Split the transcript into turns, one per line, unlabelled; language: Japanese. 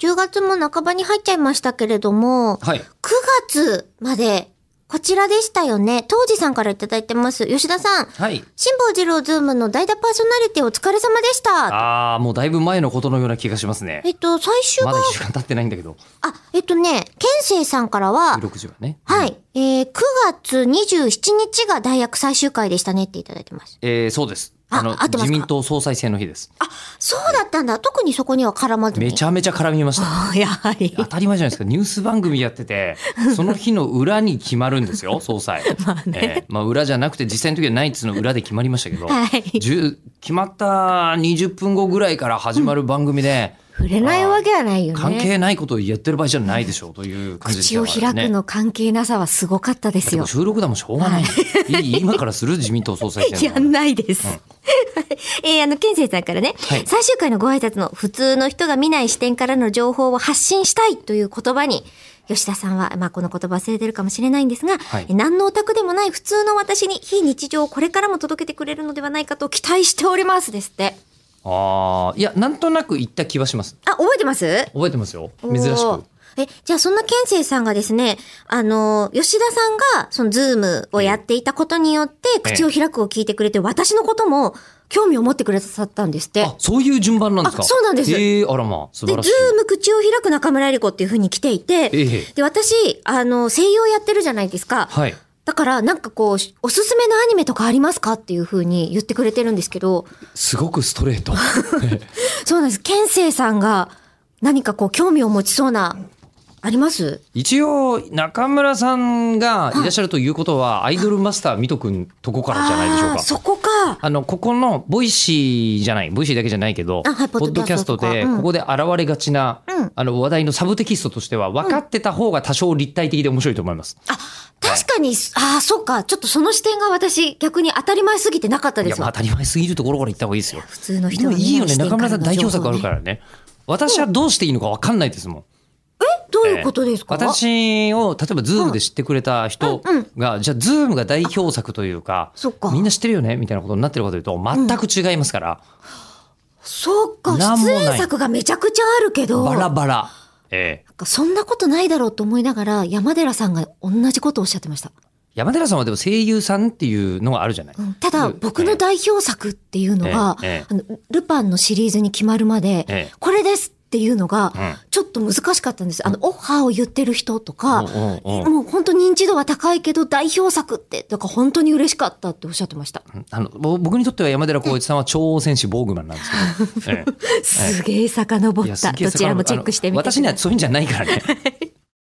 10月も半ばに入っちゃいましたけれども、
はい。
9月まで、こちらでしたよね。当時さんからいただいてます。吉田さん。
はい。
辛坊治郎ズームの代打パーソナリティお疲れ様でした。
ああ、もうだいぶ前のことのような気がしますね。
えっと、最終
まだ
が、
一週間経ってないんだけど、
あ、えっとね、ケンセイさんからは、
16時はね。
はい、えー、9月27日が大学最終回でしたねっていただいてます。
えー、そうです。
あ
あの
合ってますか
自民党総裁選の日です。
あ、そうだったんだ。特にそこには絡まずに。
めちゃめちゃ絡みました。
ゃ。やはり。
当たり前じゃないですか。ニュース番組やってて、 その日の裏に決まるんですよ、総裁。
まあね
えーまあ裏じゃなくて、実際の時はナイツの裏で決まりましたけど、
はい
じゅ決まった20分後ぐらいから始まる番組で、
触れないわけはないよね。
関係ないことを言ってる場合じゃないでしょうという感じでし
口
た
を
から
開
ね
くの関係なさはすごかったです
で
よ
も。収録だもんしょうがない。いい今からする自民党総裁選。
やんないです。えーあの、ケンセイさんからね、
はい
最終回のご挨拶の普通の人が見ない視点からの情報を発信したいという言葉に、吉田さんは、まあ、この言葉忘れてるかもしれないんですが、
はい
えー何のオタクでもない普通の私に非日常をこれからも届けてくれるのではないかと期待しておりますですって。
ああ、いや、なんとなく言った気はします。
あ、覚えてます
覚えてますよ。珍し
おー
く。
え、じゃあそんなケンセイさんがですね、あの、吉田さんが、そのズームをやっていたことによって、
ええ
口を開くを聞いてくれて、私のことも興味を持ってくださったんですって。
あ、そういう順番なんですか
あそうなんです
ええあらまあ、素
で、
晴らし
ズ
い。
ーム口を開く中村えり子っていう風に来ていて、
ええ
で、私、あの、声優をやってるじゃないですか。
はい。
だから、なんかこう、おすすめのアニメとかありますかっていう風に言ってくれてるんですけど、
すごくストレ ート。
そうなんです。ケンセイさんが何かこう、興味を持ちそうな、あります
一応、中村さんがいらっしゃるということは、アイドルマスター水戸くんとこからじゃないでしょう
あー
か。
そこか。
あの、ここの、ボイシーじゃない、ボイシーだけじゃないけど、
あはい
ポッドキャスト
ポッドキャストと
で、
かうん
ここで現れがちな、
うん
あの、話題のサブテキストとしては、分かってた方が多少立体的で面白いと思います。
あ、確かに、ああ、そうか。ちょっとその視点が私、逆に当たり前すぎてなかった
い
で
や、
す
まあ
わ。
当たり前すぎるところから行った方がいいですよ。
普通の
で
人
も
が、
いいよね、中村さん代表作あるからね。私はどうしていいのか分かんないですもん。
ら。どういうことですか、
私を、例えば、ズームで知ってくれた人
うんうん
が、じゃあ、ズームが代表作というか
そっか、
みんな知ってるよねみたいなことになってるかというと、全く違いますから、
そうか。
なんも
出
ない
演作がめちゃくちゃあるけど。
バラ
なん
バラ。ええ。
かそんなことないだろうと思いながら、山寺さんが同じことをおっしゃってました。
山寺さんはでも声優さんっていうのがあるじゃない。
うんただ、
うん
僕の代表作っていうのが、
ええ
あのルパンのシリーズに決まるまで、
ええ
これですっていうのが、
うん
ちょっと難しかったんです。あの、オファーを言ってる人とか、
うんうんうん
もう本当認知度は高いけど代表作って、だから本当に嬉しかったっておっしゃってま した。
あのぼ僕にとっては山寺宏一さんは超王戦士ボーグマンな んですけど。ええ
すげえ遡
いや
っ
す
た。
げえ
どちらもチェックしてみて
あの私にはそういうんじゃないからね。